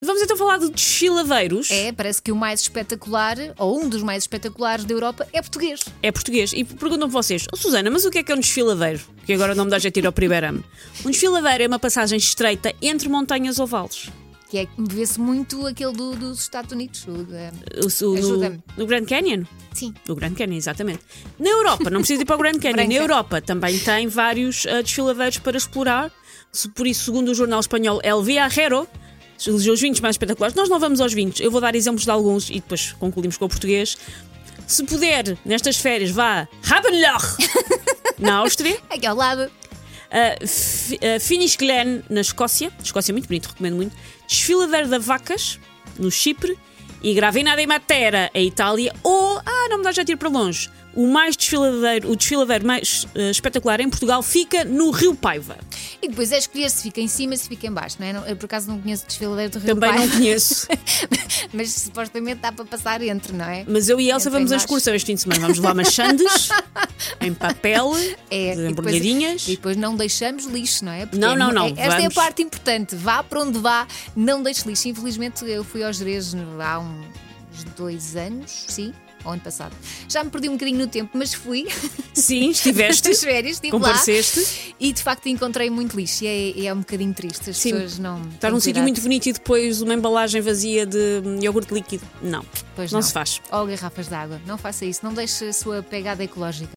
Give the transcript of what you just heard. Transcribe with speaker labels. Speaker 1: Vamos então falar de desfiladeiros.
Speaker 2: É, parece que o mais espetacular, ou um dos mais espetaculares da Europa, é português.
Speaker 1: É português. E perguntam-me vocês, oh, Susana, mas o que é que é um desfiladeiro? Que agora não me dá jeito ir ao primeiro ano. Um desfiladeiro é uma passagem estreita entre montanhas ou vales.
Speaker 2: Que é vê-se muito aquele do- dos Estados Unidos. o da-
Speaker 1: O, o,
Speaker 2: Ajuda-me.
Speaker 1: do Grand Canyon?
Speaker 2: Sim.
Speaker 1: Do Grand Canyon, exatamente. Na Europa, não precisa ir para o Grand Canyon.
Speaker 2: Branca.
Speaker 1: Na Europa também tem vários ah, desfiladeiros para explorar. Se- Por isso, segundo o jornal espanhol El Viajero, os os vinhos mais espetaculares. Nós não vamos aos vinhos. Eu vou dar exemplos de alguns e depois concluímos com o português. Se puder, nestas férias, vá a Rabenloch, na Áustria.
Speaker 2: Aqui ao lado.
Speaker 1: Uh, F- uh, Finnish Glen, na Escócia. Escócia é muito bonito, recomendo muito. Desfiladeiro da Vacas, no Chipre. E Gravinada em Matera, a Itália. Ou, ah, não me dá já tiro para longe. O mais desfiladeiro, o desfiladeiro mais uh, espetacular em Portugal fica no Rio Paiva.
Speaker 2: E depois é escolher se fica em cima se fica em baixo, não é? Não- eu por acaso não conheço o desfiladeiro do Rio
Speaker 1: Também
Speaker 2: Pai,
Speaker 1: não conheço.
Speaker 2: mas supostamente dá para passar entre, não é?
Speaker 1: Mas eu e a Elsa
Speaker 2: Entra em
Speaker 1: vamos a
Speaker 2: baixo.
Speaker 1: excursão este fim de semana. Vamos levar machandes em papel,
Speaker 2: É,
Speaker 1: de
Speaker 2: e depois-
Speaker 1: embrulhadinhas.
Speaker 2: E depois não deixamos lixo, não é? Porque
Speaker 1: Não,
Speaker 2: é
Speaker 1: não,
Speaker 2: mu-
Speaker 1: não,
Speaker 2: é- Esta é a
Speaker 1: vamos.
Speaker 2: parte importante. Vá para onde vá, não deixe lixo. Infelizmente, eu fui aos Jerez há uns dois anos, sim, ou ano passado. Já me perdi um bocadinho no tempo, mas fui
Speaker 1: Sim, estiveste.
Speaker 2: nas férias, estive
Speaker 1: compareceste.
Speaker 2: lá. E de facto encontrei muito lixo. E é, e é um bocadinho triste. As
Speaker 1: Sim.
Speaker 2: pessoas não.
Speaker 1: Estar
Speaker 2: têm
Speaker 1: num sítio
Speaker 2: cuidado.
Speaker 1: muito bonito e depois uma embalagem vazia de hum, iogurte líquido. Não,
Speaker 2: Pois
Speaker 1: não se faz.
Speaker 2: Ou garrafas de água. Não faça isso. Não deixe a sua pegada ecológica.